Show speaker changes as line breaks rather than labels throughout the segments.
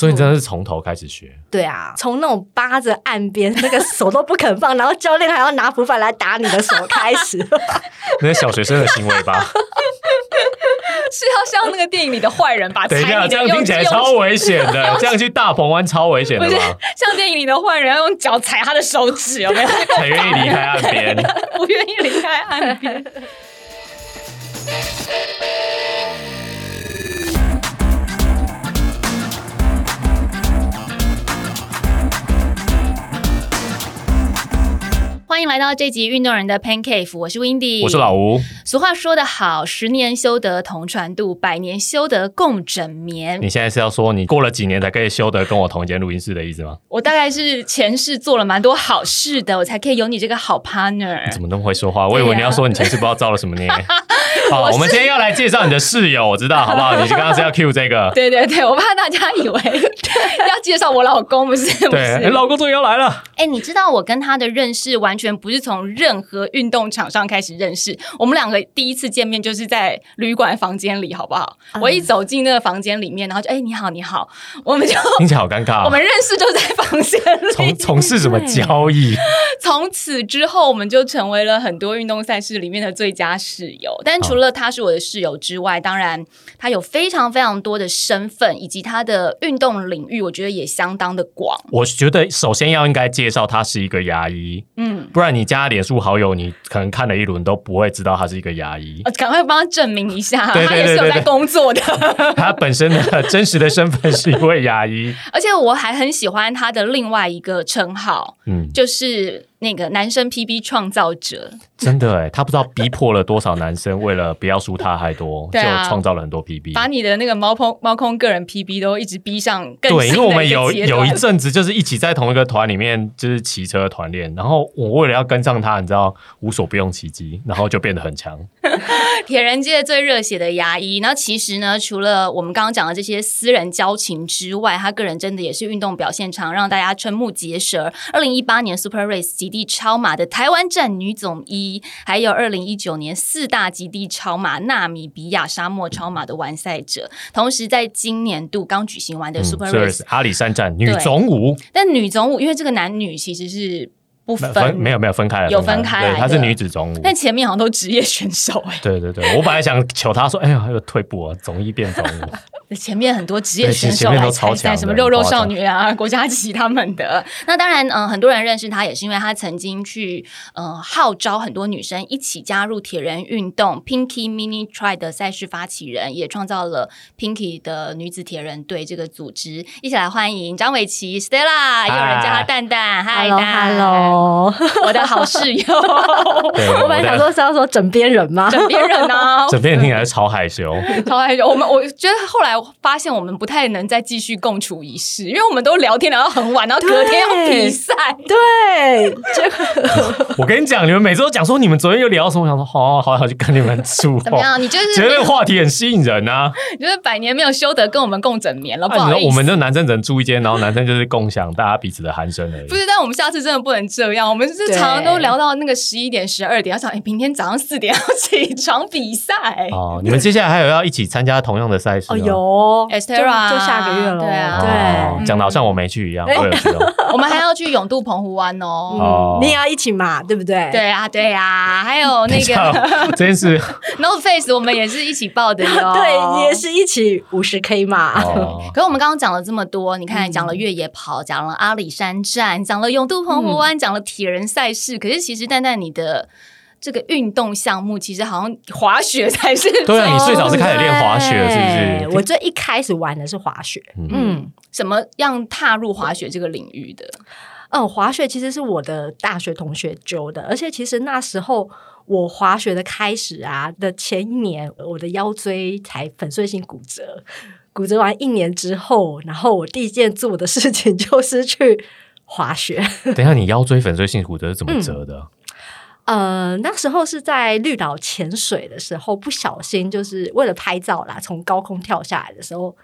所以你真的是从头开始 学，
对啊，从那种扒着岸边 那个手都不肯放，然后教练还要拿浮板来打你的手开 始，
那是小学生的行为吧？
是要像那个电影里的坏人把踩
等一下，
你
这
的
样
用
听起来超危险 的，这样去大鹏湾超危险
不
的
是
吧？
像电影里的坏人要用脚踩他的手指，有没 有？
才愿意离开岸 边。
不愿意离开岸边。欢迎来到这集《运动人的 Pan Cave》，我是 Windy，
我是老吴，
俗话说得好，十年修得同船渡，百年修得共枕眠。
你现在是要说你过了几年才可以修得跟我同一间录音室的意思吗？
我大概是前世做了蛮多好事的，我才可以有你这个好 partner
你。怎么那么会说话？我以为
对啊
你要说你前世不知道造了什 么孽。好，我们今天要来介绍你的室友，我知道，好不好？你刚刚是要 cue 这个。
对对对，我怕大家以为要介绍我老公，不是 不
对，哎
是。
老公终于要来了。
哎、你知道我跟他的认识完全不是从任何运动场上开始认识，我们两个第一次见面就是在旅馆房间里，好不好？我一走进那个房间里面，然后就哎、你好你好，我们就、
听起来好尴尬
我
哦。
们认识就在房间
从
里。
从事 什么交易？
从此之后，我们就成为了很多运动赛事里面的最佳室友。但除了他是我的室友之外，当然他有非常非常多的身份，以及他的运动领域，我觉得也相当的广。
我觉得首先要应该介绍他是一个牙医，
嗯，
不然你加脸书好友，你可能看了一轮都不会知道他是一个牙医。
呃赶快帮他证明一下，
对对
他也是有
对对
在
对
工作 的。
他本身的真实的身份是一位牙医。
而且我还很喜欢他的另外一个称号，
嗯，
就是那个男生 PB 创造者。
真的哎，他不知道逼迫了多少男生，为了不要输他太多，就
对啊
创造了很多
把
PB。
你的那个猫空猫空个人 PB 都一直逼上更
对，因
新
为我
的
们
一个
有
阶
有一
段
阵子就是一起在同一个团里面，就是骑车团练。然后我为了要跟上他，你知道无所不用其极，然后就变得很强。
铁人界最热血的牙医，那其实呢，除了我们刚刚讲的这些私人交情之外，他个人真的也是运动表现常让大家瞠目结舌。二零一八年 Super Race 极地超马的台湾站女总一，还有二零一九年四大极地超马纳米比亚沙漠超马的完赛者，同时在今年度刚举行完的 Super
嗯所以
Race，、
阿里山站女
对
总舞
但女总五因为这个男女其实是不分，
分没有没有分开了，
有分开
对，
来
她是
的
女子总舞。
但前面好像都职业选手哎、
对对对，我本来想求他说，哎呀，又退步啊，总一变总五。
前面很多职业选
对前
手
面
来
都超强
参赛，
的
什么肉肉少女啊、国家级他们的。那当然，嗯、很多人认识他也是因为他曾经去，呃，号召很多女生一起加入铁人运动 Pinky Mini Try 的赛事发起人，也创造了 Pinky 的女子铁人队这个组织。一起来欢迎张伟琪 Stella，也有人叫她蛋蛋，嗨
Hello
蛋
Hello，
我的好室友，
对，
我本来想
的
说是要说枕边人吗？
枕边人啊，
整片听起来超害羞。
超害羞。我们我觉得后来发现我们不太能再继续共处一室，因为我们都聊天聊到很晚，然后隔天要比赛。
对，结果
我跟你讲，你们每次都讲说你们昨天又聊什么，我想说好好想去跟你们住、哦，
怎么样？你就是
觉得那个话题很吸引人啊！
你就是百年没有修得跟我们共枕眠了，不
啊，
好
你
意
说
思。
我们这男生只能住一间，然后男生就是共享大家彼此的鼾声而已
不。是，但我们下次真的不能这样。我们就是
对
常常都聊到那个十一点、十二点，要想哎，明天早上四点要起床比赛。
哦，你们接下来还有要一起参加同样的赛事
哦
吗？
有
Estera
就就下个月了，
对啊
哦
对
讲的好像我没去一样，我有去哦。
我们还要去永渡澎湖湾哦。
哦
嗯，你也要一起嘛，对不对？，
对啊，对啊，还 有那 个
这件事
No Face，我们也是一起报的哟。
对，也是一起五十 K 嘛。
哦，
可是我们刚刚讲了这么多，你看讲了越野跑，讲了阿里山站，讲了永渡澎湖湾，讲了铁人赛事。可是其实蛋蛋你的这个运动项目，其实好像滑雪才是
对啊，
最
你最早是开始练滑雪了是
对
不是？
我最一开始玩的是滑雪，嗯
什么样踏入滑雪这个领域的？
嗯，滑雪其实是我的大学同学揪的，而且其实那时候我滑雪的开始啊的前一年，我的腰椎才粉碎性骨折，骨折完一年之后，然后我第一件做的事情 就是去滑雪。
等一下，你腰椎粉碎性骨折是怎么折的？
呃，那时候是在绿岛潜水的时候，不小心就是为了拍照啦，从高空跳下来的时候。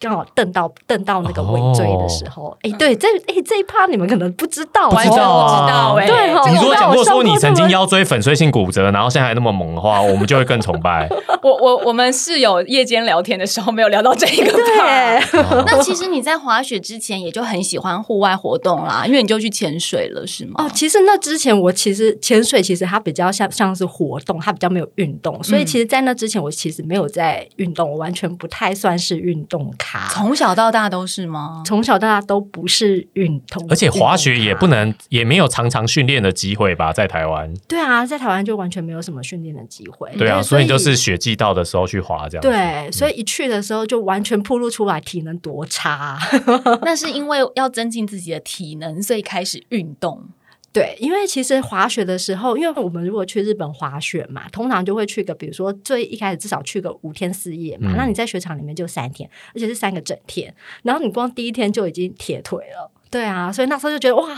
刚好蹬到蹬到那个尾椎的时候，哎、对，这哎、这一趴你们可能不知道、
哦不
完
知
全
道
不
啊
知道 哎、
对哦
这
你
个
如
我
果
知道
讲
我
过
上
说
过
你
这
曾经
门
腰椎粉碎性骨折，然后现在还那么猛的话，我们就会更崇 拜。
我我我们是有夜间聊天的时候没有聊到这一个 part，
对，
哦
那其实你在滑雪之前也就很喜欢户外活动啦，因为你就去潜水了，是吗？
哦，其实那之前我其实潜水，其实它比较像像是活动，它比较没有运动，所
嗯
以其实，在那之前我其实没有在运动，我完全不太算是运动咖。
从小到大都是吗？
从小到大都不是运动，
而且滑雪
运动咖
也不能，也没有常常训练的机会吧，在台湾。
对啊，在台湾就完全没有什么训练的机会。
对啊，所以就是嗯雪季到的时候去滑这样子。
对，所以一去的时候就完全暴露出来体能多差啊、
那是因为要增进自己的体能，所以开始运动。
对，因为其实滑雪的时候，因为我们如果去日本滑雪嘛，通常就会去个，比如说最一开始至少去个五天四夜嘛。
嗯
那你在雪场里面就三天，而且是三个整天，然后你光第一天就已经铁腿了。对啊，所以那时候就觉得哇，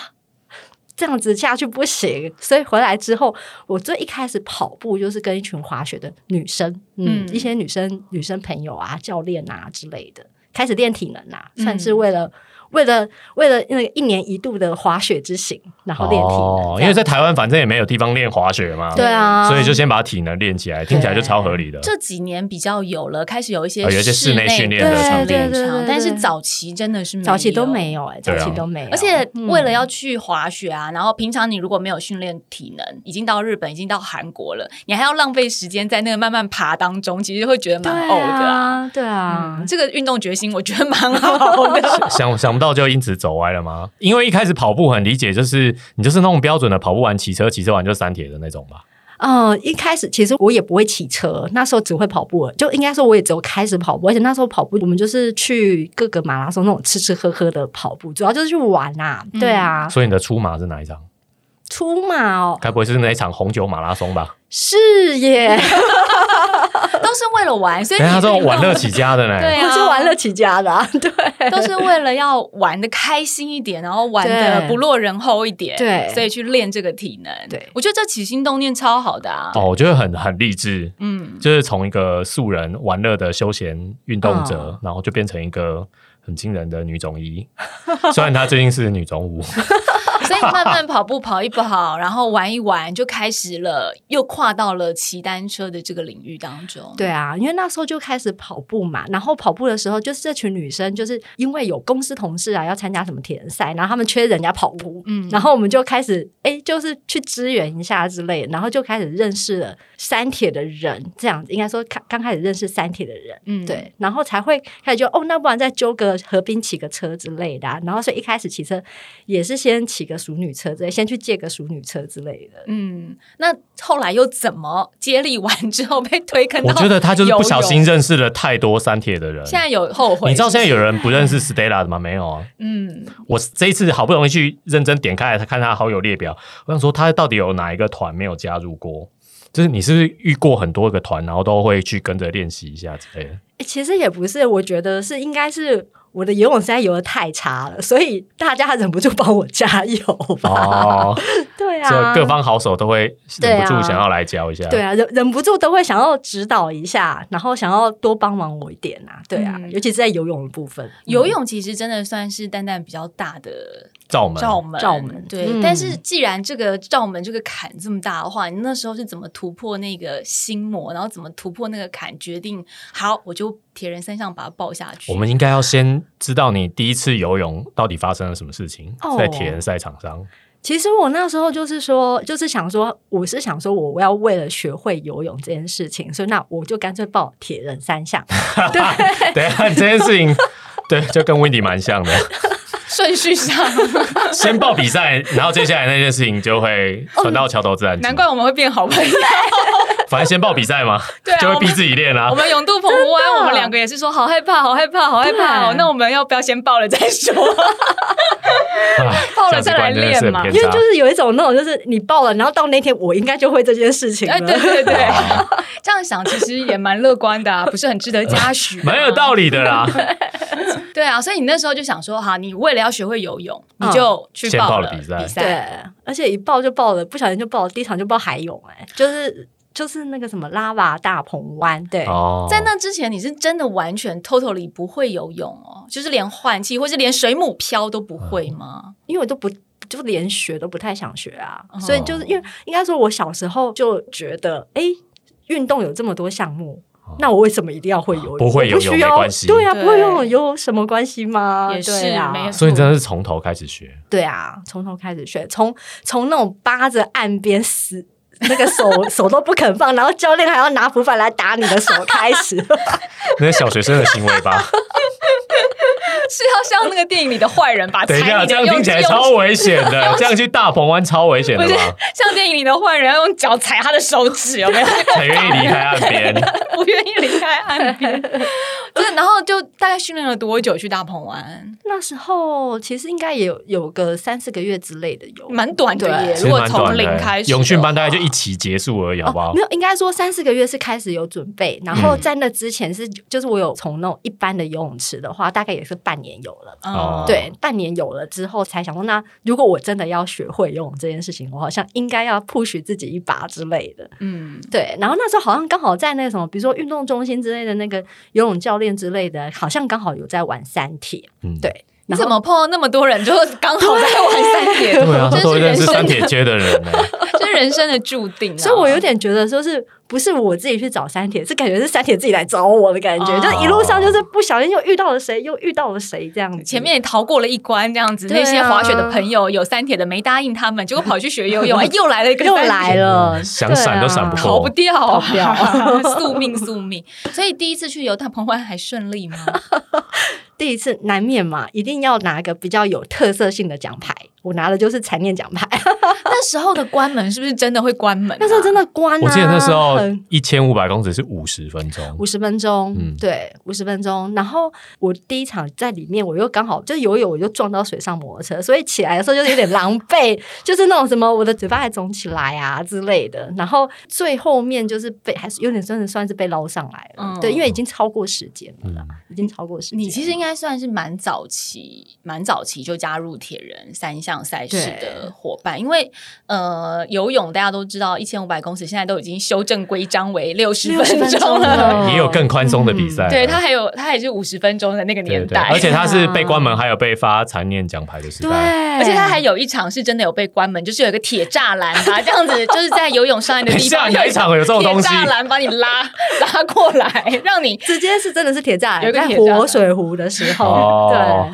这样子下去不行。所以回来之后，我最一开始跑步就是跟一群滑雪的女生，嗯，
嗯
一些女生女生朋友啊、教练啊之类的，开始练体能啊，算是
嗯
为了。为了为了那个一年一度的滑雪之行，然后练体能，
哦，因
这样
为在台湾反正也没有地方练滑雪嘛，
对啊，
所以就先把体能练起来，听起来就超合理的。
这几年比较有了，开始有一些
哦有一些室内训练的场地
对对对对对
但是早期真的是
早期都没
没有。
有哎、
对啊
早期都没有，嗯
而且为了要去滑雪啊，然后平常你如果没有训练体能，已经到日本，已经到韩国了，你还要浪费时间在那个慢慢爬当中，其实会觉得
对
蛮呕的啊。
啊，对啊，
嗯这个运动决心，我觉得蛮好 的。
想想不到就因此走歪了吗？因为一开始跑步很理解，就是你就是那种标准的跑步完骑车，骑车完就删帖的那种吧。
嗯，一开始其实我也不会骑车，那时候只会跑步，就应该说我也只有开始跑步，而且那时候跑步我们就是去各个马拉松那种吃吃喝喝的跑步，主要就是去玩呐、啊，对啊，
所以你的出马是哪一场？
出马哦，
该不会是那一场红酒马拉松吧？
是耶，
都是为了玩，所以
哎，
你
他说
运动
玩乐起家的呢。
对 啊
我是玩乐起家的、啊，对。
都是为了要玩的开心一点，然后玩的
对
不落人后一点，
对
所以去练这个体能。
对
我觉得这起心动念超好的啊。
哦，我觉得很很励志，
嗯，
就是从一个素人玩乐的休闲运动者，
嗯
然后就变成一个很惊人的女总医。虽然她最近是女总 五，
所以慢慢跑步跑一跑，然后玩一玩，就开始了，又跨到了骑单车的这个领域当中。
对啊，因为那时候就开始跑步嘛，然后跑步的时候，就是这群女生，就是因为有公司同事啊要参加什么铁人赛，然后他们缺人家跑步，
嗯
嗯，然后我们就开始哎，就是去支援一下之类的，然后就开始认识了三铁的人，这样子应该说刚刚开始认识三铁的人，
嗯
对，然后才会开始就哦，那不然再揪个河滨骑个车之类的、啊，然后所以一开始骑车也是先骑个熟女车之类，先去借个熟女车之类的，
嗯，那后来又怎么接力完之后被推坑到
我觉得她就是不小
游
心
泳。
认识了太多删帖的人。
现在有后悔，
你知道现在有
是
人不认识 Stella 的吗？没有啊，
不是嗯，
我这一次好不容易去认真点开来看她好友列表，我想说她到底有哪一个团没有加入过？就是你是不是遇过很多个团，然后都会去跟着练习一下之类 的？
欸其实也不是，我觉得是应该是我的游泳实在游的太差了，所以大家忍不住帮我加油吧。
哦，
对啊，
这各方好手都会忍不住想要来教一下。
对啊，忍忍不住都会想要指导一下，然后想要多帮忙我一点啊。对啊，
嗯
尤其是在游泳的部分，嗯
游泳其实真的算是蛋蛋比较大的
罩门，
罩门，
罩门
对。
嗯
但是既然这个罩门这个坎这么大的话，你那时候是怎么突破那个心魔，然后怎么突破那个坎，决定好我就铁人三项把它抱下去。
我们应该要先知道你第一次游泳到底发生了什么事情，
哦
在铁人赛场上。
其实我那时候就是说，就是想说，我是想说，我要为了学会游泳这件事情，所以那我就干脆报铁人三项。
等一下，这件事情 对，就跟 Wendy 蛮像的。
顺序上，
先报比赛，然后接下来那件事情就会传到桥头自然。
哦难怪，我们会变好朋友。
反正先报比赛嘛，
对啊
就会逼自己练啦、
我们永渡澎湖湾，我们两个也是说好害怕，好害怕，好害怕哦。
对
那我们要不要先报了再说？
唉
报
价
了
值
再来
观真的
练
是很
嘛
偏
因为
差
就是有一种那种，就是你报了，然后到那天我应该就会这件事情了。
哎， 对对对
哦，
这样想其实也蛮乐观的，啊，不是很值得嘉许。
蛮有道理的 啦。
理。对啊，所以你那时候就想说，哈，你为了要学会游泳，你
嗯
就去
先
报
报
了
了比赛
比赛。
对，而且一报就报了，不小心就报了，第一场就报海泳、哎，就是就是那个什么拉瓦大鹏湾，对，
哦，
在那之前，你是真的完全 totally 不会游泳哦，就是连换气或是连水母漂都不会
嗯
吗？
因为我都不就连学都不太想学啊，
哦
所以就是因为应该说，我小时候就觉得，哎，运动有这么多项目。那我为什么一定要会游泳？
哦不会游泳
我需要
没关系
对啊，
对
不会游泳有什么关系吗？
也是
对啊，
没有
所以你真的是从头开始学，
对啊，从头开始学，从从那种扒着岸边死。那个手 手都不肯放，然后教练还要拿浮板来打你的手，开始
那是小学生的行为吧？
是要像那个电影里的坏人把 踩
等一下，
你
这
的
样
用
听起来
用
超危险的， 这样去大鹏湾超危险的
不是
吧？
像电影里的坏人要用脚踩他的手指，有 没有？
才愿意离开岸 边。
不愿意离开 岸边。
对，然后就大概训练了多久去大鹏湾？
那时候其实应该也有有个三四个月之类的有，
蛮短的
对
耶。如
其实
果
蛮
从
短
零
的
哦
欸，
开始的话，哦
泳训班大概就一期结束而已，好不好
哦没？有，应该说三四个月是开始有准备，然后
哦嗯
在那之前是就是我有从那种一般的游泳池的话，大概也是半年有了。
哦
嗯，
对，半年有了之后才想说，那如果我真的要学会游泳这件事情，我好像应该要 push 自己一把之类的。
嗯，
对，然后那时候好像刚好在那个什么，比如说运动中心之类的那个游泳教练之类的，好像刚好有在玩三铁。
嗯，
对
你
然
怎
后
么碰到那么多人，就刚好在玩三铁？
对 啊，他
这
都
是
会认
人
识
生
三
的，
铁街的人呢。
这是人生的注定啊。
所以我有点觉得说是不是我自己去找三铁，是感觉是三铁自己来找我的感觉，
哦
就是一路上就是不小心又遇到了谁，又遇到了谁这样子。
前面也逃过了一关，这样子。
对啊
那些滑雪的朋友有三铁的没答应他们，结果跑去学 游泳，哎，又来了一个
又
三铁
来了，
想闪都闪不
对啊
过
逃不掉啊，
逃
宿命宿命。
所以第一次去游大鹏湾还顺利 吗？
第一次难免嘛，一定要拿个比较有特色性的奖牌。我拿的就是残念奖牌，
那时候的关门是不是真的会关门啊？
那时候真的关、啊。
我记得那时候
很
一千五百公尺是五十分钟
五，十分钟，
嗯
对，五十分钟。然后我第一场在里面，我又刚好就游泳，我就撞到水上摩托车，所以起来的时候就是有点狼狈， 就是那种什么我的嘴巴还肿起来啊之类的。然后最后面就是被还是有点真的算是被捞上来了，
嗯
对，因为已经超过时间了
嗯
啦，已经超过时间了。
你其实应该算是蛮早期，蛮早期就加入铁人三项赛事的伙伴，因为呃，游泳大家都知道，一千五百公尺现在都已经修正规章为六十分
60分
钟
钟
了。
了
对也有更宽松的比赛了。
哦嗯对他还有他还是五十分钟的那个
对
年
对对，
代，啊
而且他是被关门，还有被发残念奖牌的时
对，
代。
而且他还有一场是真的有被关门，就是有一个铁栅栏把这样子，就是在游泳上岸的
等一
地
下，
方
哪一场有这种
铁
东西？
栅栏把你拉拉过来，让 你。
直接是真的是铁栅
有一
栏，
个
在
铁栅栏
活水湖的时候，
哦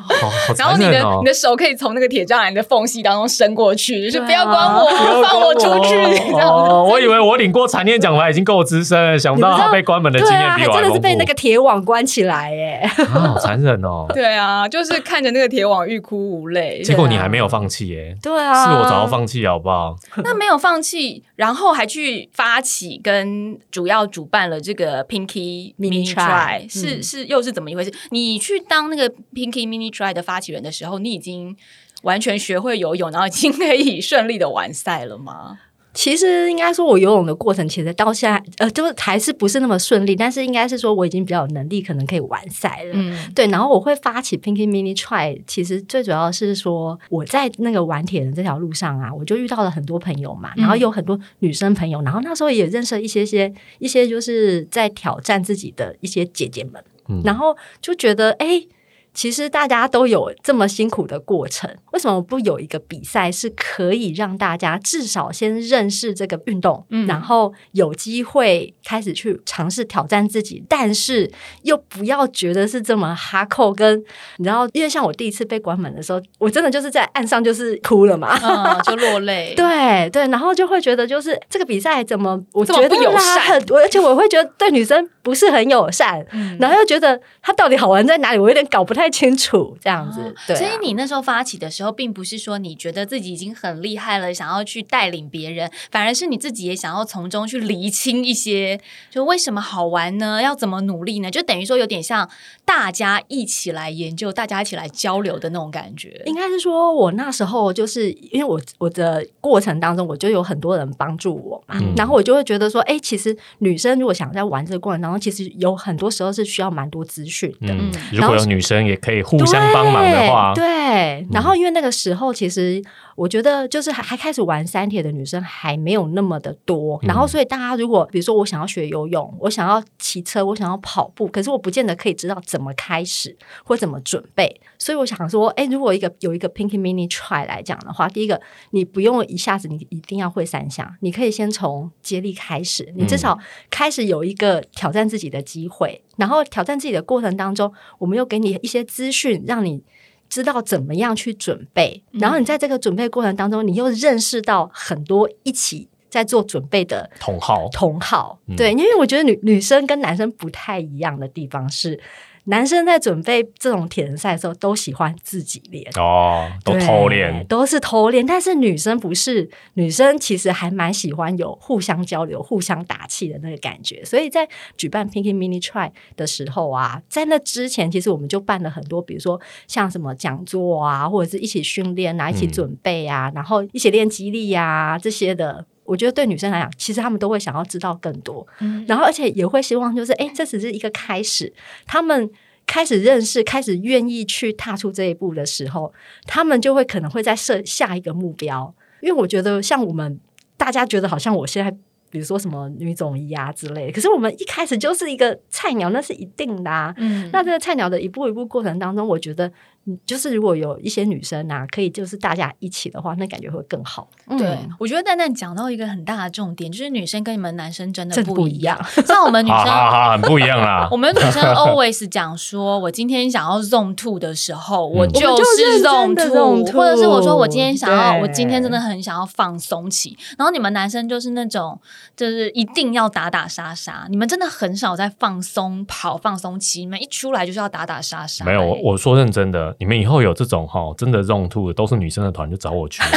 对。，
好好
然后
残
你的、
忍哦
你！的手可以从那个铁栅栏的缝隙当中伸过去，就是
对啊
不要关我，放我出去，这样子。
哦，我以为我领过残念奖牌已经够资深了，想不到他被关门的经
对
验
啊，
比
还
我还
真的
丰
是被那
富
个。铁网关起来耶！
啊好残忍 哦！
对啊，就是看着那个铁网欲哭无 泪。啊
结果你还没有放弃耶，
对啊，
是我早就放弃好不好？
那没有放弃，然后还去发起跟主要主办了这个 Pinky
Mini
Mini
Try，
Try，是
嗯
是又是怎么一回事？你去当那个 Pinky Mini Try 的发起人的时候，你已经完全学会游泳，然后已经可以顺利的完赛了吗？
其实应该说，我游泳的过程其实到现在，呃，就是还是不是那么顺利，但是应该是说我已经比较有能力，可能可以完赛了。
嗯，
对，然后我会发起 Pinky Mini Try，其实最主要是说我在那个玩铁人这条路上啊，我就遇到了很多朋友嘛，
嗯
然后有很多女生朋友，然后那时候也认识了一些些一些就是在挑战自己的一些姐姐们，
嗯
然后就觉得哎。诶其实大家都有这么辛苦的过程，为什么不有一个比赛是可以让大家至少先认识这个运动，
嗯
然后有机会开始去尝试挑战自己，但是又不要觉得是这么哈扣跟你知道，因为像我第一次被关门的时候，我真的就是在岸上就是哭了嘛。
嗯就落泪。
对对，然后就会觉得就是这个比赛怎么我
这
觉
么
得
不友
啦
善
很我而且我会觉得对女生不是很友善，
嗯
然后又觉得它到底好玩在哪里，我有点搞不太清楚这样子。
哦
对啊、
所以你那时候发起的时候，并不是说你觉得自己已经很厉害了，想要去带领别人，反而是你自己也想要从中去厘清一些，就为什么好玩呢？要怎么努力呢？就等于说有点像大家一起来研究，大家一起来交流的那种感觉。
应该是说，我那时候就是因为我我的过程当中，我就有很多人帮助我嘛，
嗯
然后我就会觉得说，哎、其实女生如果想在玩这个过程当中，其实有很多时候是需要蛮多资讯的。
嗯
嗯，
如果有女生也可以互相帮忙的话，嗯
对，对然后因为那个时候其实我觉得就是还还开始玩三铁的女生还没有那么的多，
嗯
然后所以大家如果比如说我想要学游泳，我想要骑车，我想要跑步，可是我不见得可以知道怎么开始或怎么准备，所以我想说，哎，如果一个有一个 Pinky Mini Try 来讲的话，第一个你不用一下子你一定要会三项，你可以先从接力开始，你至少开始有一个挑战自己的机会，然后挑战自己的过程当中，我们又给你一些资讯，让你知道怎么样去准备，然后你在这个准备过程当中，你又认识到很多一起在做准备的
同号
同好，对，因为我觉得女女生跟男生不太一样的地方是，男生在准备这种铁人赛的时候都喜欢自己练。
哦，都
对
偷练，
都是偷练，但是女生不是，女生其实还蛮喜欢有互相交流、互相打气的那个感觉。所以在举办 Pinky Mini Try 的时候啊，在那之前，其实我们就办了很多，比如说像什么讲座啊，或者是一起训练
嗯
啊，一起准备啊，然后一起练肌力啊这些的。我觉得对女生来讲，其实她们都会想要知道更多，
嗯
然后而且也会希望就是，哎，这只是一个开始，她们。开始认识，开始愿意去踏出这一步的时候，他们就会可能会再设下一个目标。因为我觉得，像我们大家觉得好像我现在，比如说什么女总医啊之类的，可是我们一开始就是一个菜鸟，那是一定的啊。
嗯
那这个菜鸟的一步一步过程当中，我觉得，嗯就是如果有一些女生啊，可以就是大家一起的话，那感觉会更好。
对
嗯，
我觉得蛋蛋讲到一个很大的重点，就是女生跟你们男生真的
真的
不
不
一
一
样
样。
像我们女
哈哈
生，
哈，很不一样啦
我。们女生 always 讲说，我今天想要 zone two 的时候，我
嗯
就
我们就是认
zone
真地 zone
two，
two，
或者是我说我今天想要，
对
我今天真的很想要放松起。然后你们男生就是那种，就是一定要打打杀杀，你们真的很少在放松跑、放松骑，你们一出来就是要打打杀杀、
没有，我嗯
欸
我说认真的，你们以后有这种哈，真的 zone two 的都是女生的团，就找我去啊，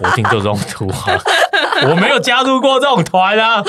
我一定就 zone two 啊，我没有加入过这种团啊，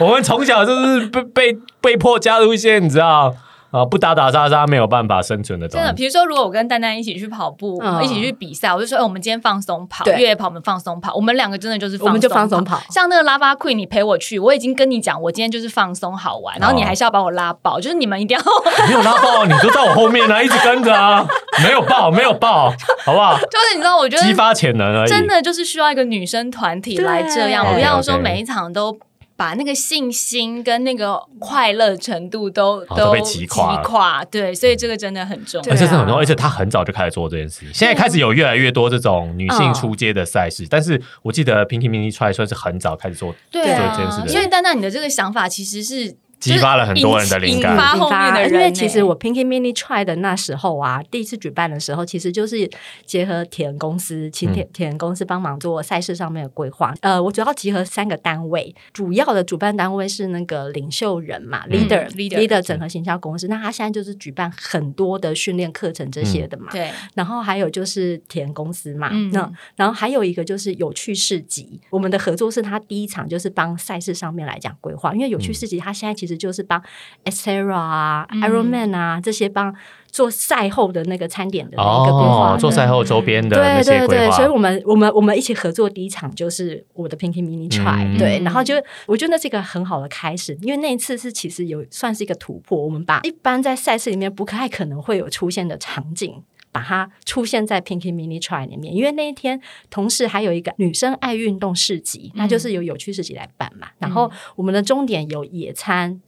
我们从小就是被被被迫加入一些你知道啊，不打打杀杀没有办法生存的
真的，
团。
比如说，如果我跟蛋蛋一起去跑步，
嗯
一起去比赛，我就说，哎、我们今天放松跑，
对
越野跑我们放松跑，我们两个真的就是放松
我们就放松跑
像那个拉巴 queen，你陪我去，我已经跟你讲，我今天就是放松好玩，然后你
哦
还是要把我 拉爆，就是你们一定要就
没有拉爆，你都在我后面啊，一直跟着啊，没有爆，没有爆，好不好？
是你知道，我觉
激
得
发潜能而已。
真的就是需要一个女生团体来这样，
对
不要
OK，OK
说每一场都。把那个信心跟那个快乐程度都、
哦都被击垮了
垮对，所以这个真的很重要
而。且是很
对
多，
啊
而且他很早就开始做这件事情。现在开始有越来越多这种女性出街的赛
嗯
事，但是我记得 Pinky Mini Try 算是很早开始做，
对啊
对这件事，的
所以丹丹，你的这个想法其实是
激发了很多人的灵
引
感。
发后面的人欸
因为其实我 Pinky Mini Try 的那时候啊，第一次举办的时候，其实就是结合铁人公司，请
嗯
铁铁人公司帮忙做赛事上面的规划。呃，我主要集合三个单位，主要的主办单位是那个领袖人嘛、
嗯
l e a d e r
leader
leader 整合行销公司。那他现在就是举办很多的训练课程这些的
嗯
嘛。
对，
然后还有就是铁人公司嘛，
嗯
那然后还有一个就是有趣市集，我们的合作是他第一场就是帮赛事上面来讲规划，因为有趣市集它现在其实就是帮 e s e r a 啊、
嗯
Ironman 啊这些帮做赛后的那个餐点的那嗯个规划
哦，
的。
做赛后周边的那
对
些
对
规
对，
划
所以，我们我们我们一起合作第一场就是我的 Pinky Mini Try，、
嗯
对，
嗯
然后就我觉得那是一个很好的开始，因为那一次是其实有算是一个突破，我们把一般在赛事里面不太可能会有出现的场景。把它出现在 Pinky Mini Try 里面，因为那一天同时还有一个女生爱运动市集，那就是由有趣市集来办嘛。然后我们的终点有野餐，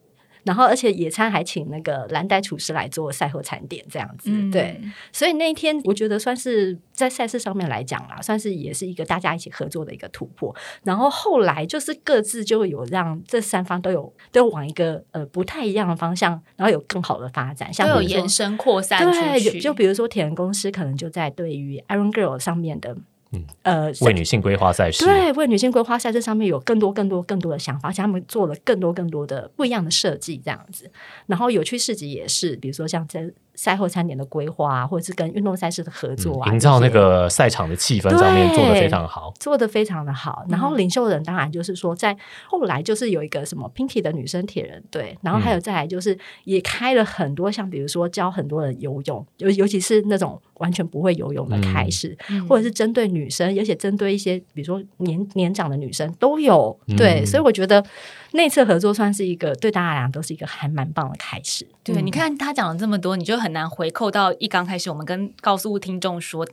然后而且野餐还请那个蓝带厨师来做赛后餐点这样子，
嗯
对。所以那一天，我觉得算是在赛事上面来讲啦，算是也是一个大家一起合作的一个突破。然后后来就是各自就有让这三方都有都有往一个呃不太一样的方向，然后有更好的发展，像
都有
比如说
延伸扩散
对，
出
就
去。
就比如说铁人公司可能就在对于 Iron Girl 上面的，
嗯
呃，
为女性规划赛事，
对，为女性规划赛这上面有更多、更多、更多的想法，而且他们做了更多、更多的不一样的设计，这样子。然后有趣市集也是，比如说像在赛后餐点的规划啊，或者是跟运动赛事的合
嗯
作啊，
营造那
这些
个赛场的气氛上面
对
做的非常好。
做的非常的好。然后领袖人当然就是说，在后来就是有一个什么 Pinky 的女生铁人队，然后还有再来就是也开了很多像比如说教很多人游泳，尤尤其是那种完全不会游泳的开始，
嗯
或者是针对女生，而且针对一些比如说年年长的女生都有。对，
嗯
所以我觉得那次合作算是一个对大家来讲都是一个还蛮棒的开始。
对，
嗯
你看他讲了这么多，你就很很难回扣到一刚开始我们跟告诉听众说，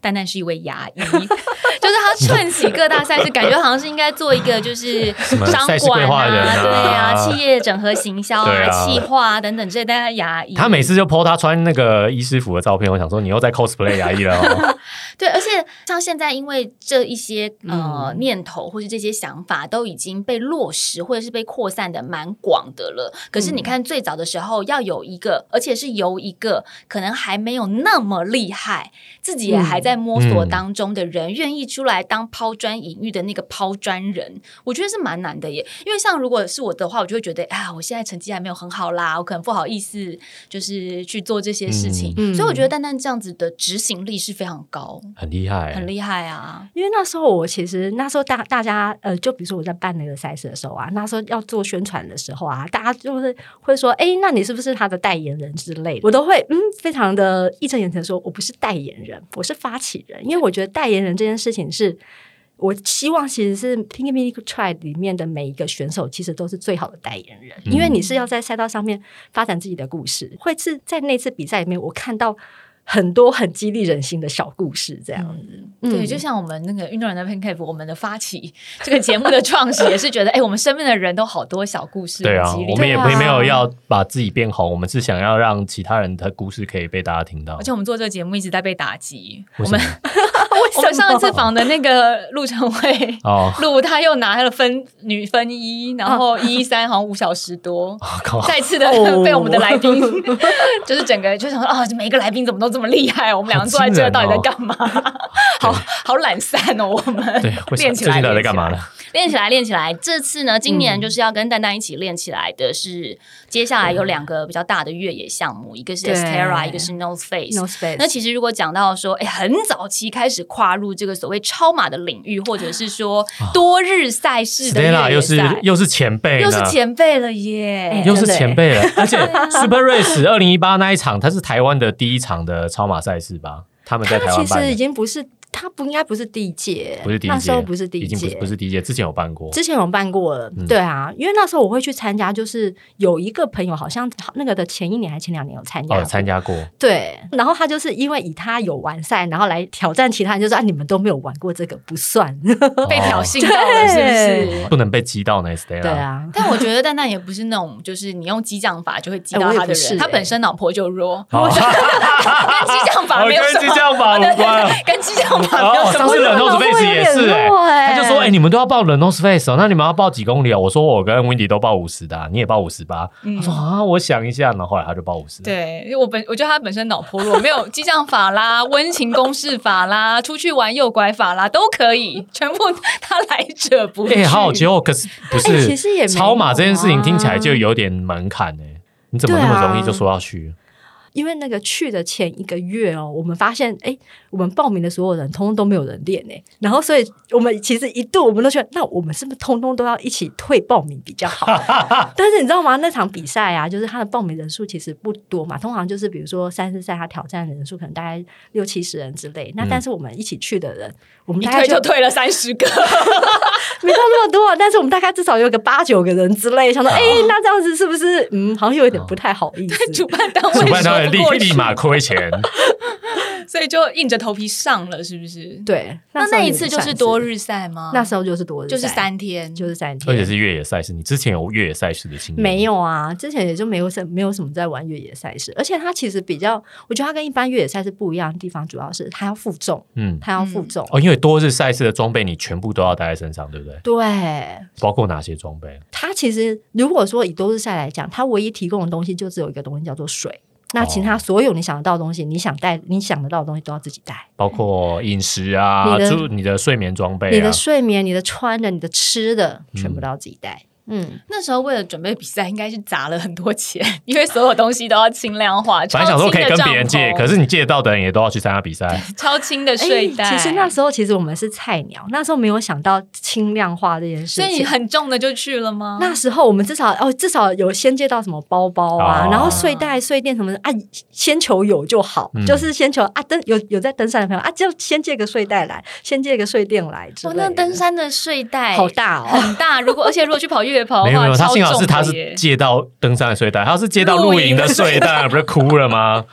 蛋蛋是一位牙医， 就是他串起各大赛事，感觉好像是应该做一 个就是
么
商
赛事规
管
划人啊
对啊，企业整合行销
对
啊、
啊
企划啊等等这些，但他牙医，
他每次就 po 他穿那个医师服的照片，我想说你又在 cosplay 牙医了 哦。
对，而且像现在因为这一些呃、念头或是这些想法都已经被落实或者是被扩散的蛮广的了。可是你看最早的时候要有一个，而且是由一个可能还没有那么厉害，自己也还在摸索当中的人，愿意出来当抛砖引玉的那个抛砖人，我觉得是蛮难的耶。因为像如果是我的话，我就会觉得啊，我现在成绩还没有很好啦，我可能不好意思就是去做这些事情。
嗯
所以我觉得蛋蛋这样子的执行力是非常高。
很厉害，
很厉害啊！
因为那时候我其实那时候大大家呃，就比如说我在办那个赛事的时候啊，那时候要做宣传的时候啊，大家就是会说，哎，那你是不是他的代言人之类的？我都会嗯，非常的义正言辞地说，我不是代言人，我是发起人，因为我觉得代言人这件事情是。我希望其实是 Pink Mini Try 里面的每一个选手，其实都是最好的代言人，
嗯
因为你是要在赛道上面发展自己的故事，会是在那次比赛里面，我看到很多很激励人心的小故事，这样子。嗯
对，就像我们那个运动人的 Pancake，我们的发起这个节目的创始也是觉得，哎、我们身边的人都好多小故事，
对啊，
很激励
我们也
对啊
没没有要把自己变红，我们是想要让其他人的故事可以被大家听到
而。且我们做这个节目一直在被打击，我
为什
们
么
我们上一次访的那个 陆晨慧。
哦，
陆他又拿了分女分一，然后
啊
一一三好像五小时多，
我靠，
再次的
哦
被我们的来宾，就是整个就想说啊，每一个来宾怎么都这么厉害？我们两个坐在
好惊
这
人
到底在
哦
干嘛？好好懒散哦，我们
对，为什么
练起
最
来
近到底
练
在
起
干嘛
来
呢？
练起来，练起来。这次呢，今年
嗯
就是要跟蛋蛋一起练起来的是，接下来有两个比较大的越野项目，一个是
对
Xterra，一个是 North Face。
No space。
那其实如果讲到说，哎，很早期开始跨入这个所谓超马的领域，或者是说多日赛事的
Stella
越
又
野
是
赛，
又是前辈，
又
呢，
是前辈了耶！
哎
又是
真的
前 辈了，而且 Super Race 二零一八那一场，它是台湾的第一场的超马赛事吧？他们在台
他其
湾办
实已
的，
经不是，他不应该不是第一届，
不是第一届，
那时候不是第一
已经不是
届，
不是第一届，之前有办过。
之前有办过了，对啊，因为那时候我会去参加，就是有一个朋友好像那个的前一年还前两年有参加
哦，
过，
参加过，
对，然后他就是因为以他有完赛，然后来挑战其他人，就说啊，你们都没有玩过这个，不算，
被
哦
挑衅到了，是不是？
不能被击到呢，Stella。
对， 啊，
但我觉得蛋蛋也不是那种，就是你用激将法就会激
哎
到
我也
他的
不是
人，他
哎
本身脑婆就弱，
好，
跟激将法 没有什
跟
么
激，将法 无关啊。
跟激将法没有
哦，
什
上
么
次冷 nose face 也是
我有点
哎、
弱哎
他就说哎、你们都要报冷 nose face 哦，那你们要报几公里啊？我说我跟 Wendy 都报五十的啊、你也报五十八。
嗯
他说啊，我想一下，然后后来他就报五十。
对，因为我本我觉得他本身脑波弱，没有激将法啦、温情攻势法啦、出去玩诱拐法啦都可以，全部他来者不
哎、
拒。
好好哦，可是不是、
哎其实也没有啊
超马这件事情听起来就有点门槛哎、你怎么那么
对啊
容易就说要 去？
因为那个去的前一个月哦，我们发现，哎，我们报名的所有人通通都没有人练哎，然后所以我们其实一度我们都觉得，那我们是不是通通都要一起退报名比较好？ 但是你知道吗？那场比赛啊，就是他的报名人数其实不多嘛，通常就是比如说三四赛，他挑战人数可能大概六七十人之类。那但是我们一起去的人，我们
嗯一
大概
退
就
就退了三十个，
没到那么多，但是我们大概至少有个八九个人之类，想说，哎，那这样子是不是嗯，好像有一点不太好 意思？
主办单位
主办单位
说不过
立立
去
马亏 钱，
所以就硬着头皮上了，是不是？
对，
那
时候
那一
也
次就
算
是多日赛吗？
那时候就是多日赛，
嗯就是三天，
就是三
而
天，
且是越野赛事。你之前有越野赛事的经
嗯
验？
没有啊，之前也就没有什没有什么在玩越野赛事，而且它其实比较，我觉得它跟一般越野赛事不一样的地方，主要是它要负重，
嗯，
它要负重。
哦，因为多日赛事的装备你全部都要带在身上，对不对？
对
包括哪些装备？
它其实，如果说以都市赛来讲，它唯一提供的东西就只有一个东西叫做
哦
水。那其他所有你想得到的东西，你想带你想得到的东西都要自己带。
包括饮食啊，
你的
住你的睡眠装备啊，
你的睡眠、你的穿的、你的吃的，全部都要自己带。嗯，
那时候为了准备比赛，应该是砸了很多钱， 因为所有东西都要轻量化。
本来想说可以跟别人借，可
是
是你借到的人也都要去参加比赛，啊
超轻的睡袋。
哎其实那时候其实我们是菜鸟，那时候没有想到轻量化这件事
所以你
情。
很重的就去了吗？
那时候我们至少哦，至少有先借到什么包包啊，
哦
然后睡袋、睡垫什么的啊，先求有就好，
嗯
就是先求啊登有有在登山的朋友啊，就先借个睡袋来，先借个睡垫来之
哇，
类的。
哦那登山的睡袋哎
好大哦，
很大，如果而且如果去跑越月抛
没有没有，
花
他
超
幸好是
重
他
的
是
耶。
借到登山的睡袋，他是借到露营的睡袋，不是哭了 吗？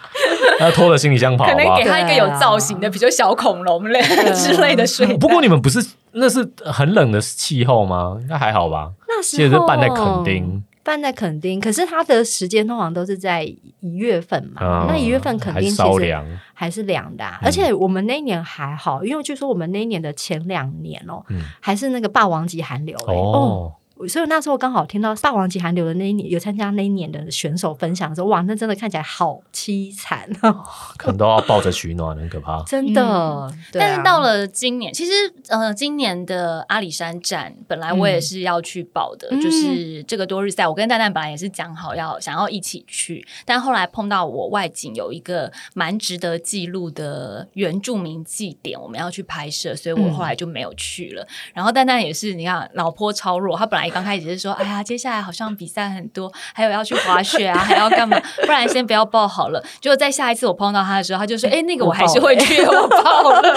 他拖着行李箱跑
可能
吧
给。他一个有造型
啊
的，比如小恐龙类之类的睡袋。
不过你们不是那是很冷的气候吗？应该还好吧？
那
记
时
得
候
是办在垦丁，
办在垦丁，可是它的时间通常都是在一月份嘛。
嗯
哦那一月份垦
还
丁其
稍
实
凉，
还是凉的啊、
嗯
而且我们那一年还好，因为据说我们那一年的前两年哦、
嗯
还是那个霸王级寒流、欸、哦
哦，
所以那时候刚好听到霸王级寒流的那一年，有参加那一年的选手分享的时候，哇，那真的看起来好凄惨，哦
可能都要抱着取暖，很可怕。
真的。对啊
嗯但是到了今年，其实呃，今年的阿里山站本来我也是要去报的，
嗯
就是这个多日赛，我跟蛋蛋本来也是讲好要想要一起去，但后来碰到我外景有一个蛮值得记录的原住民祭典，我们要去拍摄，所以我后来就没有去了。
嗯
然后蛋蛋也是，你看老婆超弱，她本来刚开始是说，哎呀，接下来好像比赛很多，还有要去滑雪 啊，还要干嘛，不然先不要报好了。结果在下一次我碰到她的时候，她就说，哎，那个我还是会去，我报了。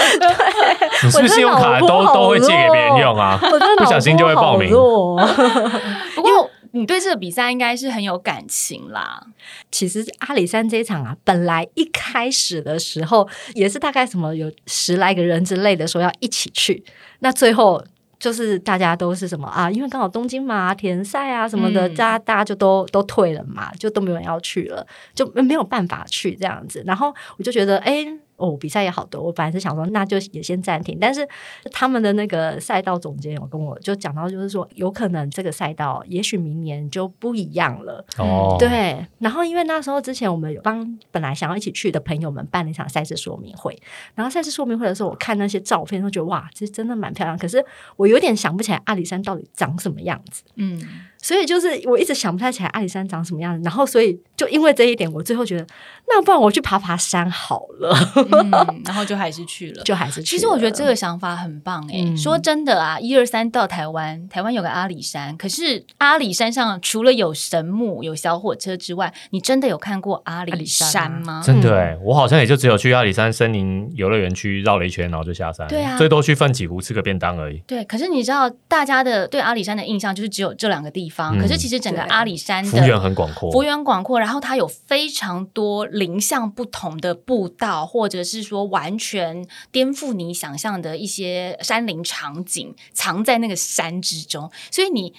你是不是信用卡
我真的
都
老婆好哦
都会借给别人用啊？
我真的
不小心就会报名
脑波好弱哦
不过你对这个比赛应该是很有感情啦，
其实阿里山这一场啊，本来一开始的时候也是大概什么有十来个人之类的说要一起去，那最后。就是大家都是什么啊？因为刚好东京嘛、田赛啊什么的，
嗯
大家大家就都都退了嘛，啊就都没有人要去了，就没有办法去这样子。然后我就觉得，哎、哦，比赛也好多，我本来是想说，那就也先暂停。但是他们的那个赛道总监有跟我就讲到，就是说，有可能这个赛道也许明年就不一样了。
哦，，
对，啊然后因为那时候之前我们有帮本来想要一起去的朋友们办了一场赛事说明会，然后赛事说明会的时候，我看那些照片，都觉得哇，这真的蛮漂亮。可是我有点想不起来阿里山到底长什么样子，
嗯，
所以就是我一直想不太起来阿里山长什么样子。然后所以就因为这一点，我最后觉得，那不然我去爬爬山好了，
嗯然后就还是去了。
就还是去
其实我觉得
了
这个想法很棒哎、
嗯
说真的啊，一二三到台湾，台湾有个阿里山，可是阿里山上除了有神木、有小火车之外，你真的有看过阿里山吗？
真的哎，我好像也就只有去阿里山森林游乐园区绕了一圈，然后就下山了，
对啊
最多去奋起湖吃个便当而已。
对，可是你知道大家的对阿里山的印象就是只有这两个地方，
嗯
可是其实整个
对
阿里山
幅员
的
很广阔，
幅员广阔，然后它有非常多零向不同的步道，或者是说完全颠覆你想象的一些山林场景，藏在那个山之中。所以你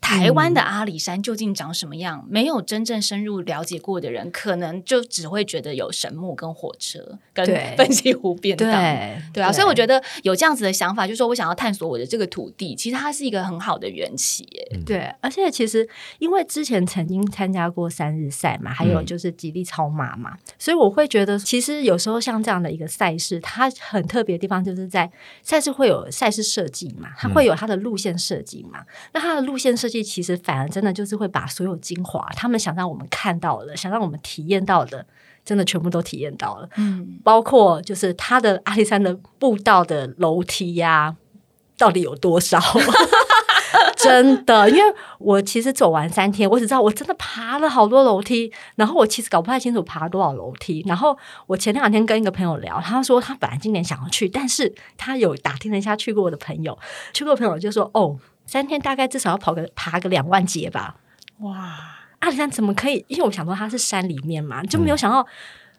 台湾的阿里山究竟长什么样，没有真正深入了解过的人，可能就只会觉得有神木跟火车跟
对
奋起湖便
对
当。对啊，所以我
得
觉得有这样子的想法，就是说我想要探索我的这个土地，其实它是一个很好的缘起耶。
对，而且其实因为之前曾经参加过三日赛嘛，还有
嗯
就是吉利超马嘛，所以我会觉得，其实有时候像这样的一个赛事，它很特别的地方就是在赛事会有赛事设计嘛，它会有它的路线设计嘛。那它的路线设计其实反而真的就是会把所有精华，他们想让我们看到的，想让我们体验到的，真的全部都体验到了。
嗯，
包括就是它的阿里山的步道的楼梯呀、 到底有多少？ 真的，因为我其实走完三天，我只知道我真的爬了好多楼梯，然后我其实搞不太清楚爬了多少楼梯。然后我前两天跟一个朋友聊，他说他本来今年想要去，但是他有打听了一下去过的朋友，去过的朋友就说哦，三天大概至少要跑个爬个两万节吧。
哇，
阿里山啊怎么可以？因为我想说它是山里面嘛，就
嗯
没有想到。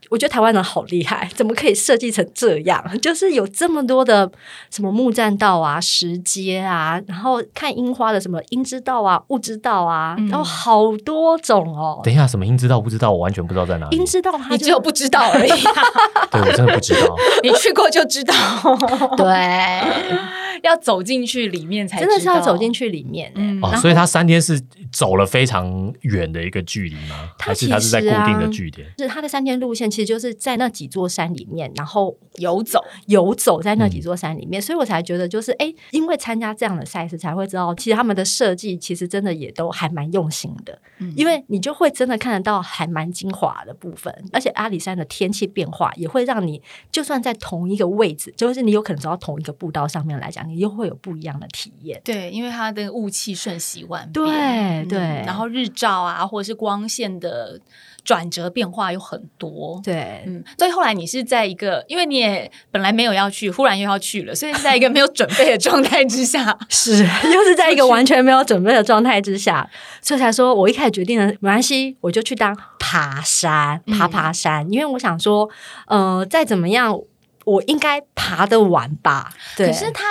我觉得台湾人好厉害， 怎么可以设计成这样？ 就是有这么多的什么木栈道啊、石阶啊，然后看樱花的什么樱之道啊、雾之道啊，
嗯
然后好多种哦。
等一下，什么音知道不知道？我完全不知道在哪里
樱。之道它
你
就
只有不知道而已、
对我真的不知 道。
嗯
你去过就知道，
对，
要走进去里面才
真的是要走进
去。
去里面、欸。
嗯，
哦，所以他三天是走了非常远的一个距离吗？
他
还是他是在
其
固
实啊
定的据点？
就是它的三天路线，其实就是在那几座山里面，然后
游走，
游走在那几座山里面，所以我才觉得就是哎，诶因为参加这样的赛事，才会知道其实他们的设计其实真的也都还蛮用心的，
嗯
因为你就会真的看得到还蛮精华的部分，而且阿里山的天气变化也会让你就算在同一个位置，就是你有可能走到同一个步道上面来讲，你又会有不一样的体验。
对，因为它的雾气瞬息万变，
对
嗯
对
然后日照啊，或者是光线的转折变化有很多。
对，
嗯，所以后来你是在一个，因为你也本来没有要去，忽然又要去了，所以是在一个没有准备的状态之下。
是，就是在一个完全没有准备的状态之下，所以才说我一开始决定了，没关系，我就去当爬山，
嗯
爬爬山，因为我想说，呃，再怎么样，我应该爬得完吧？对，
可是它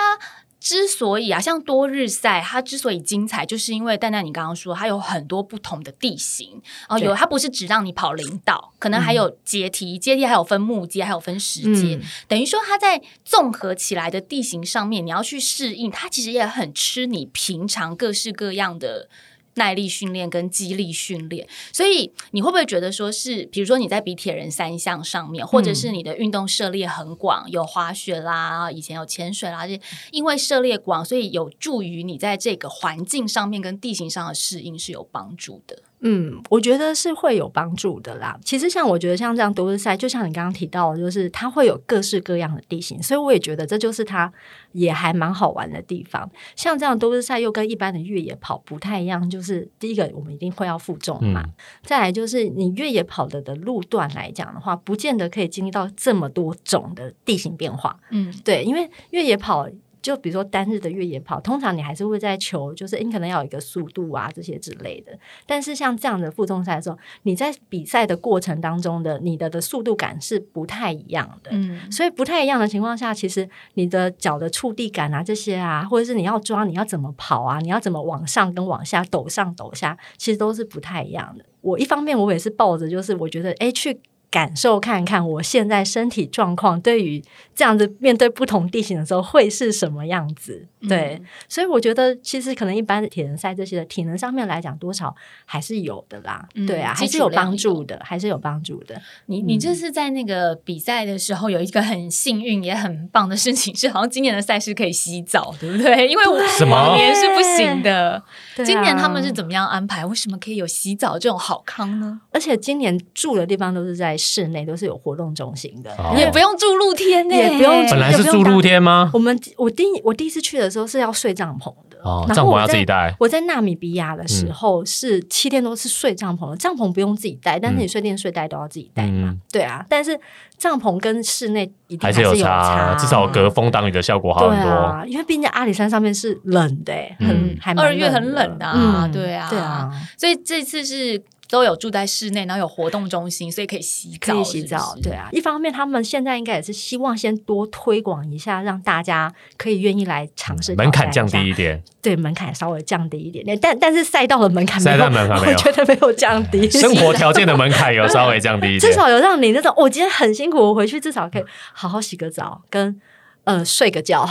之所以啊，像多日赛，它之所以精彩，就是因为蛋蛋你刚刚说，它有很多不同的地形哦，
对
有它不是只让你跑林道，可能还有阶梯，阶梯还有分木阶，还有分石阶，
嗯，
等于说它在综合起来的地形上面，你要去适应，它其实也很吃你平常各式各样的。耐力训练跟肌力训练，所以你会不会觉得说是，比如说你在比铁人三项上面，或者是你的运动涉猎很广，有滑雪啦，以前有潜水啦，这因为涉猎广，所以有助于你在这个环境上面跟地形上的适应是有帮助的。
嗯，我觉得是会有帮助的啦。其实像我觉得像这样独立赛，就像你刚刚提到的，就是它会有各式各样的地形，所以我也觉得这就是它也还蛮好玩的地方。像这样独立赛又跟一般的越野跑不太一样，就是第一个我们一定会要负重嘛，
嗯
再来就是你越野跑的的路段来讲的话，不见得可以经历到这么多种的地形变化。
嗯，
对，因为越野跑，就比如说单日的越野跑，通常你还是会在求，就是诶你可能要有一个速度啊这些之类的。但是像这样的负重赛的时候，你在比赛的过程当中的你的的速度感是不太一样的。
嗯，
所以不太一样的情况下，其实你的脚的触地感啊，这些啊，或者是你要抓，你要怎么跑啊，你要怎么往上跟往下抖上抖下，其实都是不太一样的。我一方面我也是抱着就是我觉得诶去。感受看看我现在身体状况，对于这样子面对不同地形的时候会是什么样子？
嗯
对，所以我觉得其实可能一般的铁人赛这些的体能上面来讲，多少还是有的啦，
嗯
对啊，还
基
是
础
有
量
帮
有
助的，还是有帮助的。
你
嗯
你这次在那个比赛的时候有一个很幸运也很棒的事情是，好像今年的赛事可以洗澡，对不对？因为我
什么
往年是不行的。
对啊
今年他们是怎么样安排？为什么可以有洗澡这种好康呢？
而且今年住的地方都是在室内，都是有活动中心的，
哦
也不用住露天呢、
也不用住
本来是
也不
住
用搭
露天吗？
我们我第一我第一次去的时候是要睡帐篷的，
哦，
然
帐
后
篷
我
要自
在
己带。
我在纳米比亚的时候是七天都是睡帐篷的，帐篷不用自己带，但
嗯
是你睡垫睡袋都要自己带嘛。
嗯，
对啊，但是帐篷跟室内一定
还
是
是有
差啊，
差，哎至少隔风挡雨的效果好
对
很多。
啊，因为毕竟阿里山上面是冷的、欸，很、
嗯
还蛮
二月很
的
冷啊，
嗯
对啊，
对啊，
所以这次是都有住在室内，然后有活动中心，所以可以洗澡，
可以洗澡
是不，是
对。啊。一方面，他们现在应该也是希望先多推广一下，让大家可以愿意来尝
嗯
试
嗯门槛
挑
降
战一下
低一点，
对门槛稍微降低一点点，但但是赛道的门槛没有
赛道门槛没有
我觉得没有降低，
生活条件的门槛有稍微降低一点
至。 少有让你那种，我、今天很辛苦，我回去至少可以好好洗个澡，跟呃睡个觉，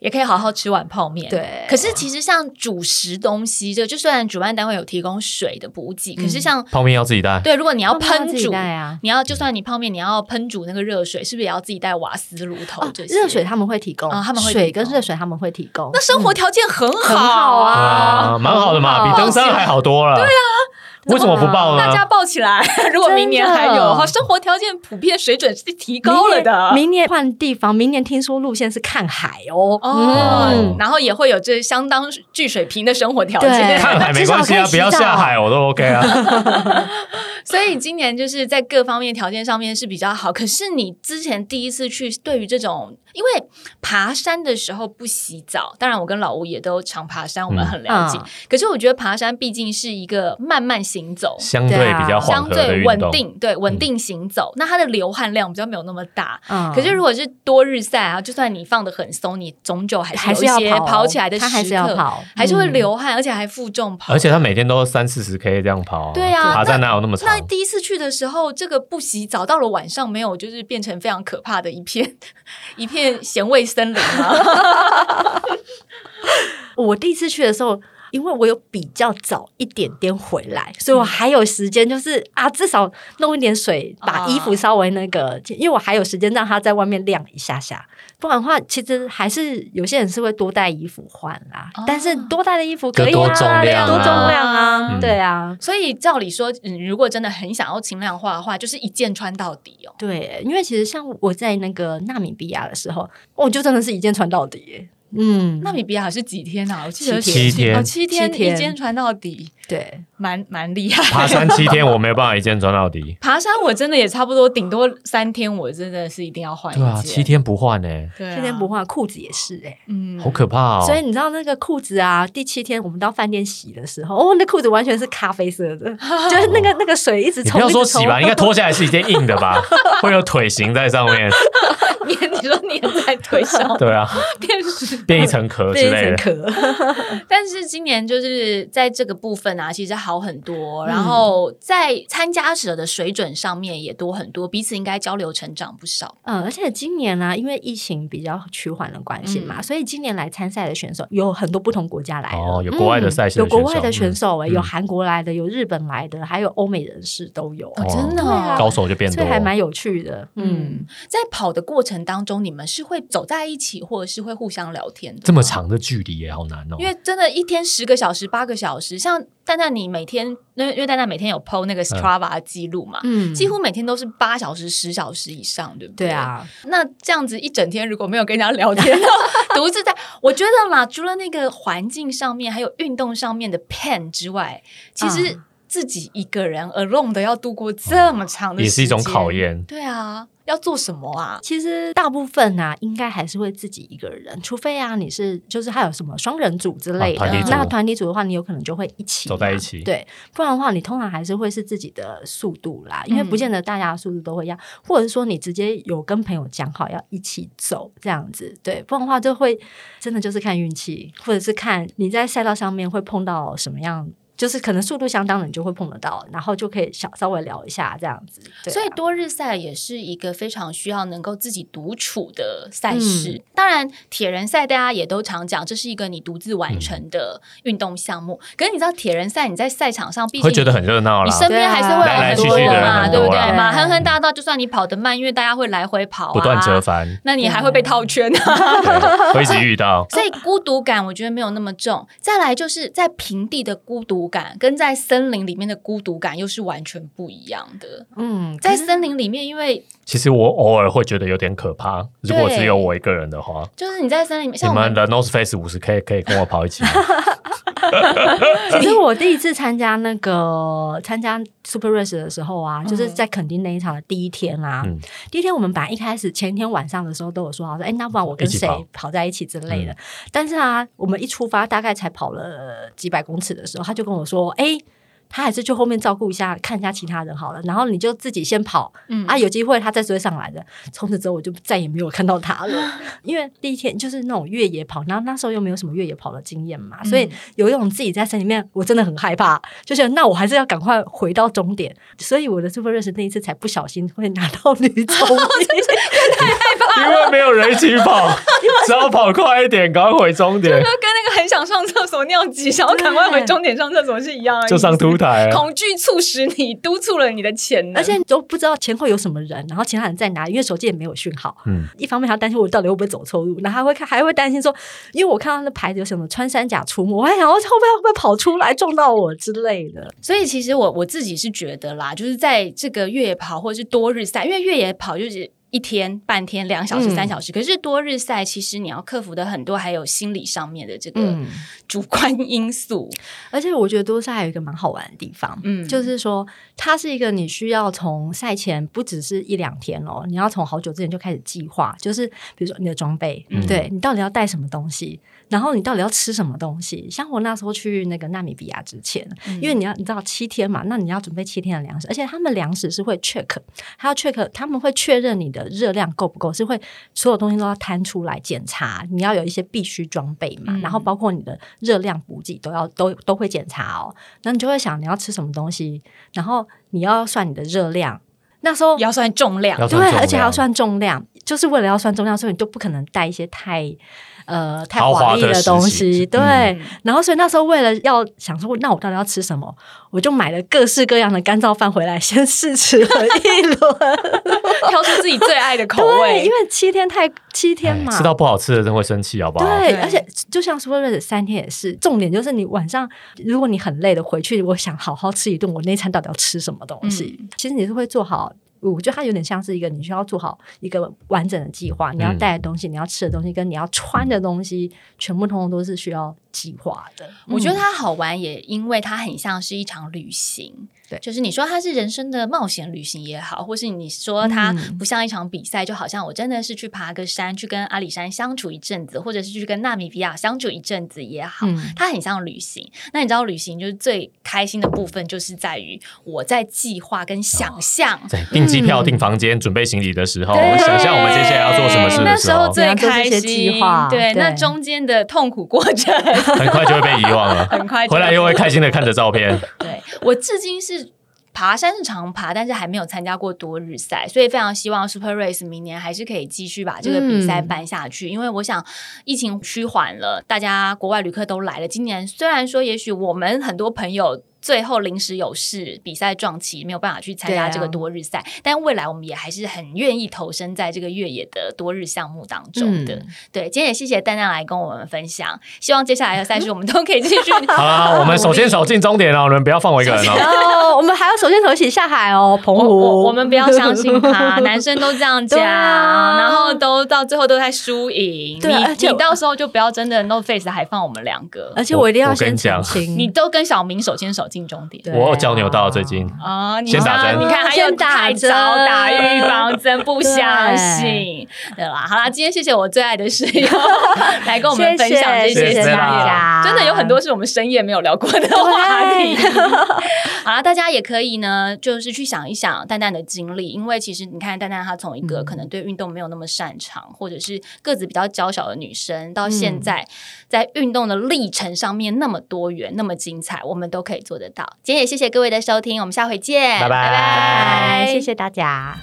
也可以好好吃碗泡面。
对
可是其实像主食东西，这就虽然主办单位有提供水的补给，
嗯
可是像
泡面要自己带，
对，如果你要
自
喷
己
煮，
带啊。
你要就算你泡面，你要喷煮那个热水，是不是也要自己带瓦斯炉头
哦
这，些？
热水。他们会提供，
啊他们会
水
提供
跟热水他们会提供。
那生活条件很好,、
很好啊嗯
啊，蛮好的嘛，
很好
比登山还好多了。对啊，为什么不报
大家
呢？
抱起来！ 如果明年还有的话，
啊真的
生活条件普遍水准是提
嗯
高了
明年
的。
明年换地方，明年听说路线是看海哦。
哦、
嗯
然后也会有这相当具水平的生活条
对
件。
看海没关系啊，
至少可以
不要
洗澡
下海，我都 OK 啊。
所以今年就是在各方面条件上面是比较好。可是你之前第一次去，对于这种因为爬山的时候不洗澡，当然我跟老吴也都常爬山，我们很了解。
嗯
可是我觉得爬山毕竟是一个慢慢行走。
相对比较缓
相
和的
对
运
稳
动，嗯
定，对稳定行走，那它的流汗量比较没有那么大。
嗯
可是如果是多日赛啊，就算你放的很松，你终究还
还
是
是
有
要
一些
跑哦
跑起来的时刻，
他还是要跑
还是会
嗯
流汗，而且还负重跑，
而且他每天都三四十 K 这样跑，
对啊
爬山哪有那么
那
长？
第一次去的时候，这个不洗澡，到了晚上没有，就是变成非常可怕的一片 一片咸味森林啊！
我第一次去的时候，因为我有比较早一点点回来，所以我还有时间，就是啊，至少弄一点水，把衣服稍微那个，因为我还有时间让它在外面晾一下下。不然的话，其实还是有些人是会多带衣服换啦，
哦
但是多带的衣服可以啊，
就多重量啊
多重量啊，
嗯
对啊。
所以照理说，嗯，如果真的很想要轻量化的话，就是一件穿到底哦。
哦对，因为其实像我在那个纳米比亚的时候，我就真的是一件穿到底耶，嗯，
纳米比亚是几天啊？我记得是
七天
哦，七天
七天
一间传到底，
对，
蛮蛮厉害。
爬山七天，我没有办法一件穿到 底。
爬山我真的也差不多，顶多三天，我真的是一定要换一
对
件。
啊，七，天不换呢、
对、啊
七天不，换裤子也是哎、
嗯
好可啊怕哦、
所以你知道那个裤子啊，第七天我们到饭店洗的时候，哦，那裤子完全是咖啡色 的，就是那个那个水一直
你
冲，
不要说
一直冲
洗吧，应该脱下来是一件硬的 吧，会有腿型在上面。
你 你说粘在腿上
对啊，
变是，
变一层 壳之
变
类
成
的。
壳。
但是今年就是在这个部分啊，其实好很多，然后在参加者的水准上面也多很多，彼此应该交流成长不少。
嗯，而且今年呢、因为疫情比较趋缓的关系嘛，所以今年来参赛的选手有很多不同国家来的，
嗯哦有国外的赛事
有
的选手
国外的选手、欸，
嗯
有韩国来的，有日本来的，还有欧美人士都有，
哦
真的、
对啊
高手就变
所
多
以，还蛮有趣的。嗯，
嗯，在跑的过程当中，你们是会走在一起，或者是会互相聊天的吗？
这么长的距离也好难哦、
因为真的，一天十个小时、八个小时，像蛋蛋，你每天，因为因为蛋蛋每天有 PO 那个 Strava 的记录嘛，
嗯
几乎每天都是八小时、十小时以上，对不对？
对。啊，
那这样子一整天如果没有跟人家 聊天，独自在，我觉得嘛，除了那个环境上面，还有运动上面的 pen 之外，其实
啊
嗯
自己一个人 alone 的要度过这么长的，
也是一种考。验。
对啊，要做什么啊？
其实大部分啊，应该还是会自己一个人，除非啊你是就是还有什么双人组之类
啊
的。
团
体组
那团体组的话，你有可能就会一起
走在一
嘛
起
对，不然的话，你通常还是会是自己的速度啦，因为
嗯
不见得大家的速度都会一样，或者是说你直接有跟朋友讲好要一起走这样子，对，不然的话就会真的就是看运气，或者是看你在赛道上面会碰到什么样。就是可能速度相当的，你就会碰得到，然后就可以小稍微聊一下这样子。对啊
所以多日赛也是一个非常需要能够自己独处的
嗯
赛事。当然，铁人赛大家也都常讲，这是一个你独自
嗯
完成的运动项目。可是你知道，铁人赛你在赛场上，毕竟
会觉得很热闹
你
啦，
身边还是
对啊
会有很多人
来来去去
嘛，
的人很多
对不
啦
对？马
对
哼哼大道，就算你跑得慢，因为大家会来回跑、啊，
不断折返，
那你还会被套圈
嗯
啊。
对会一直遇到。
所以孤独感我觉得没有那么重。再来就是在平地的孤独感，跟在森林里面的孤独感又是完全不一样的。
嗯，
在
在
森林里面，因为
其实我偶尔会觉得有点可怕，如果只有我一个人的话。
就是你在森林里面，
你
像我
们
们
的 North Face 五十 K 可以跟我跑一起吗？
其实我第一次参加那个参加 Super Race 的时候啊，就是在垦丁那一场的第一天啊，
嗯
第一天我们本来一开始前一天晚上的时候都有说好说，哎，那不然我跟
一起
谁
跑嗯
跑在一起之类的。但是啊，我们一出发大概才跑了几百公尺的时候，他就跟我说，哎。他还是去后面照顾一下，看一下其他人好了。然后你就自己先跑，
嗯
啊，有机会他再追上来的。从此之后，我就再也没有看到他了，因为第一天就是那种越野跑，然后那时候又没有什么越野跑的经验嘛，所以
嗯
有一种自己在山里面，我真的很害怕，就觉得那我还是要赶快回到终点。所以我的 Super Race 那一次才不小心会拿到女总
因为没有人一起跑，只好跑快一点，赶快回终 点，
跟那个很想上厕所尿急，想要赶快回终点上厕所是一样的意思，
就上凸台。
恐惧促使你督促了你的潜能，
而且你都不知道前后有什么人，然后其他人在哪里，因为手机也没有讯号。
嗯，
一方面他担心我到底会不会走错路，然后还会看还会担心说，因为我看到那牌子有什么穿山甲出没，我还想说后面会不会跑出来撞到我之类的。
所以其实我我自己是觉得啦，就是在这个越野跑或者是多日赛，因为越野跑就是。一天、半天、两小时、
嗯
三小时，可是多日赛其实你要克服的很多，还有心理上面的这个
嗯
主观因素。
而且我觉得多赛还有一个蛮好玩的地方，
嗯
就是说它是一个你需要从赛前不只是一两天哦，你要从好久之前就开始计划，就是比如说你的装备，
嗯
对你到底要带什么东西，然后你到底要吃什么东西。像我那时候去那个纳米比亚之前，因为你要你知道七天嘛，那你要准备七天的粮食，而且他们粮食是会 check，还要 check，他们会确认你的热量够不够，是会所有东西都要摊出来检查，你要有一些必须装备嘛，
嗯
然后包括你的热量补给都要都都会检查哦。那你就会想你要吃什么东西，然后你要算你的热量，那时候
也要算重量，
要算
对
重，量
而且还要算重量，就是为了要算重量，所以你就不可能带一些太呃太
豪华
华丽
的
的
食
东
品
西，对。
嗯
然后所以那时候为了要想说，那我到底要吃什么，我就买了各式各样的干燥饭回来，先试吃了一轮。
挑出自己最爱的口
对，因
味。
为七天太七天嘛，
哎吃到不好吃的真会生气，好不好？
对，
对
而且就像 Super Red 三天也是，重点就是你晚上如
嗯
果你很累的回去，我想好好吃一顿，我那一餐到底要吃什么东西？其实你是会做好我觉得它有点像是一个你需要做好一个完整的计划，你要
嗯
带的东西、你要吃的东西跟你要穿的东西，全部通通都是需要计划的。
嗯
我觉得它好玩，也因为它很像是一场旅行。
对
就是你说它是人生的冒险旅行也好，或是你说它
嗯
不像一场比赛，就好像我真的是去爬个山，去跟阿里山相处一阵子，或者是去跟纳米比亚相处一阵子也好，
嗯
它很像旅行。那你知道旅行就是最开心的部分，就是在于我在计划跟想象。
在订机票、
嗯
订房间、准备行李的时候，
对
想哦象我们接下来要做什么事
那
的
时
时
候
候，
最开
你要做这些
心，
计划对
对，那中间的痛苦过程
很快就会被遗忘了。
很快就
回来又会开心的看着照片，
对我至今是爬山是常爬，但是还没有参加过多日赛，所以非常希望 Super Race 明年还是可以继续把这个比
嗯
赛办下去，因为我想疫情趋缓了，大家国外旅客都来了。今年虽然说也许我们很多朋友。最后临时有事，比赛撞期没有办法去参加
对啊
这个多日赛，但未来我们也还是很愿意投身在这个越野的多日项目当中 的。
嗯
对，今天也谢谢蛋蛋来跟我们分享，希望接下来的赛事我们都可以继续
好啦，我们手牵
努力
手进终点哦，你们不要放我一个人哦。
然后我们还要手牵手一起下海 哦，澎湖。
我我我们不要相 信他，男生都这样讲，
对啊
然后都到最后都在输赢。
对啊而
你
且
你到时候就不要真的 no face 还放我们两个
而，且我一定要
我我跟
先
你讲
澄 清，
你都跟小明手牵手进终点。
对
我有脚扭到最近，
啊、你
先打
看
针
你看他又
先打
太早
针
打预防针，不相信，对啦，好啦，今天谢谢我最爱的室 友来跟我们分享这
谢
些
谢
经验
大
家
真的有很多是我们深夜没有聊过的话题。 好啦，大家也可以呢，就是去想一想蛋蛋的经历，因为其实你看蛋蛋她从一个
嗯
可能对运动没有那么擅长，或者是个子比较娇小的女生，到现在、在运动的历程上面那么多元、那么精彩，我们都哎可以做得到。今天也谢谢各位的收听，我们下回见，
拜拜
拜，谢谢大家。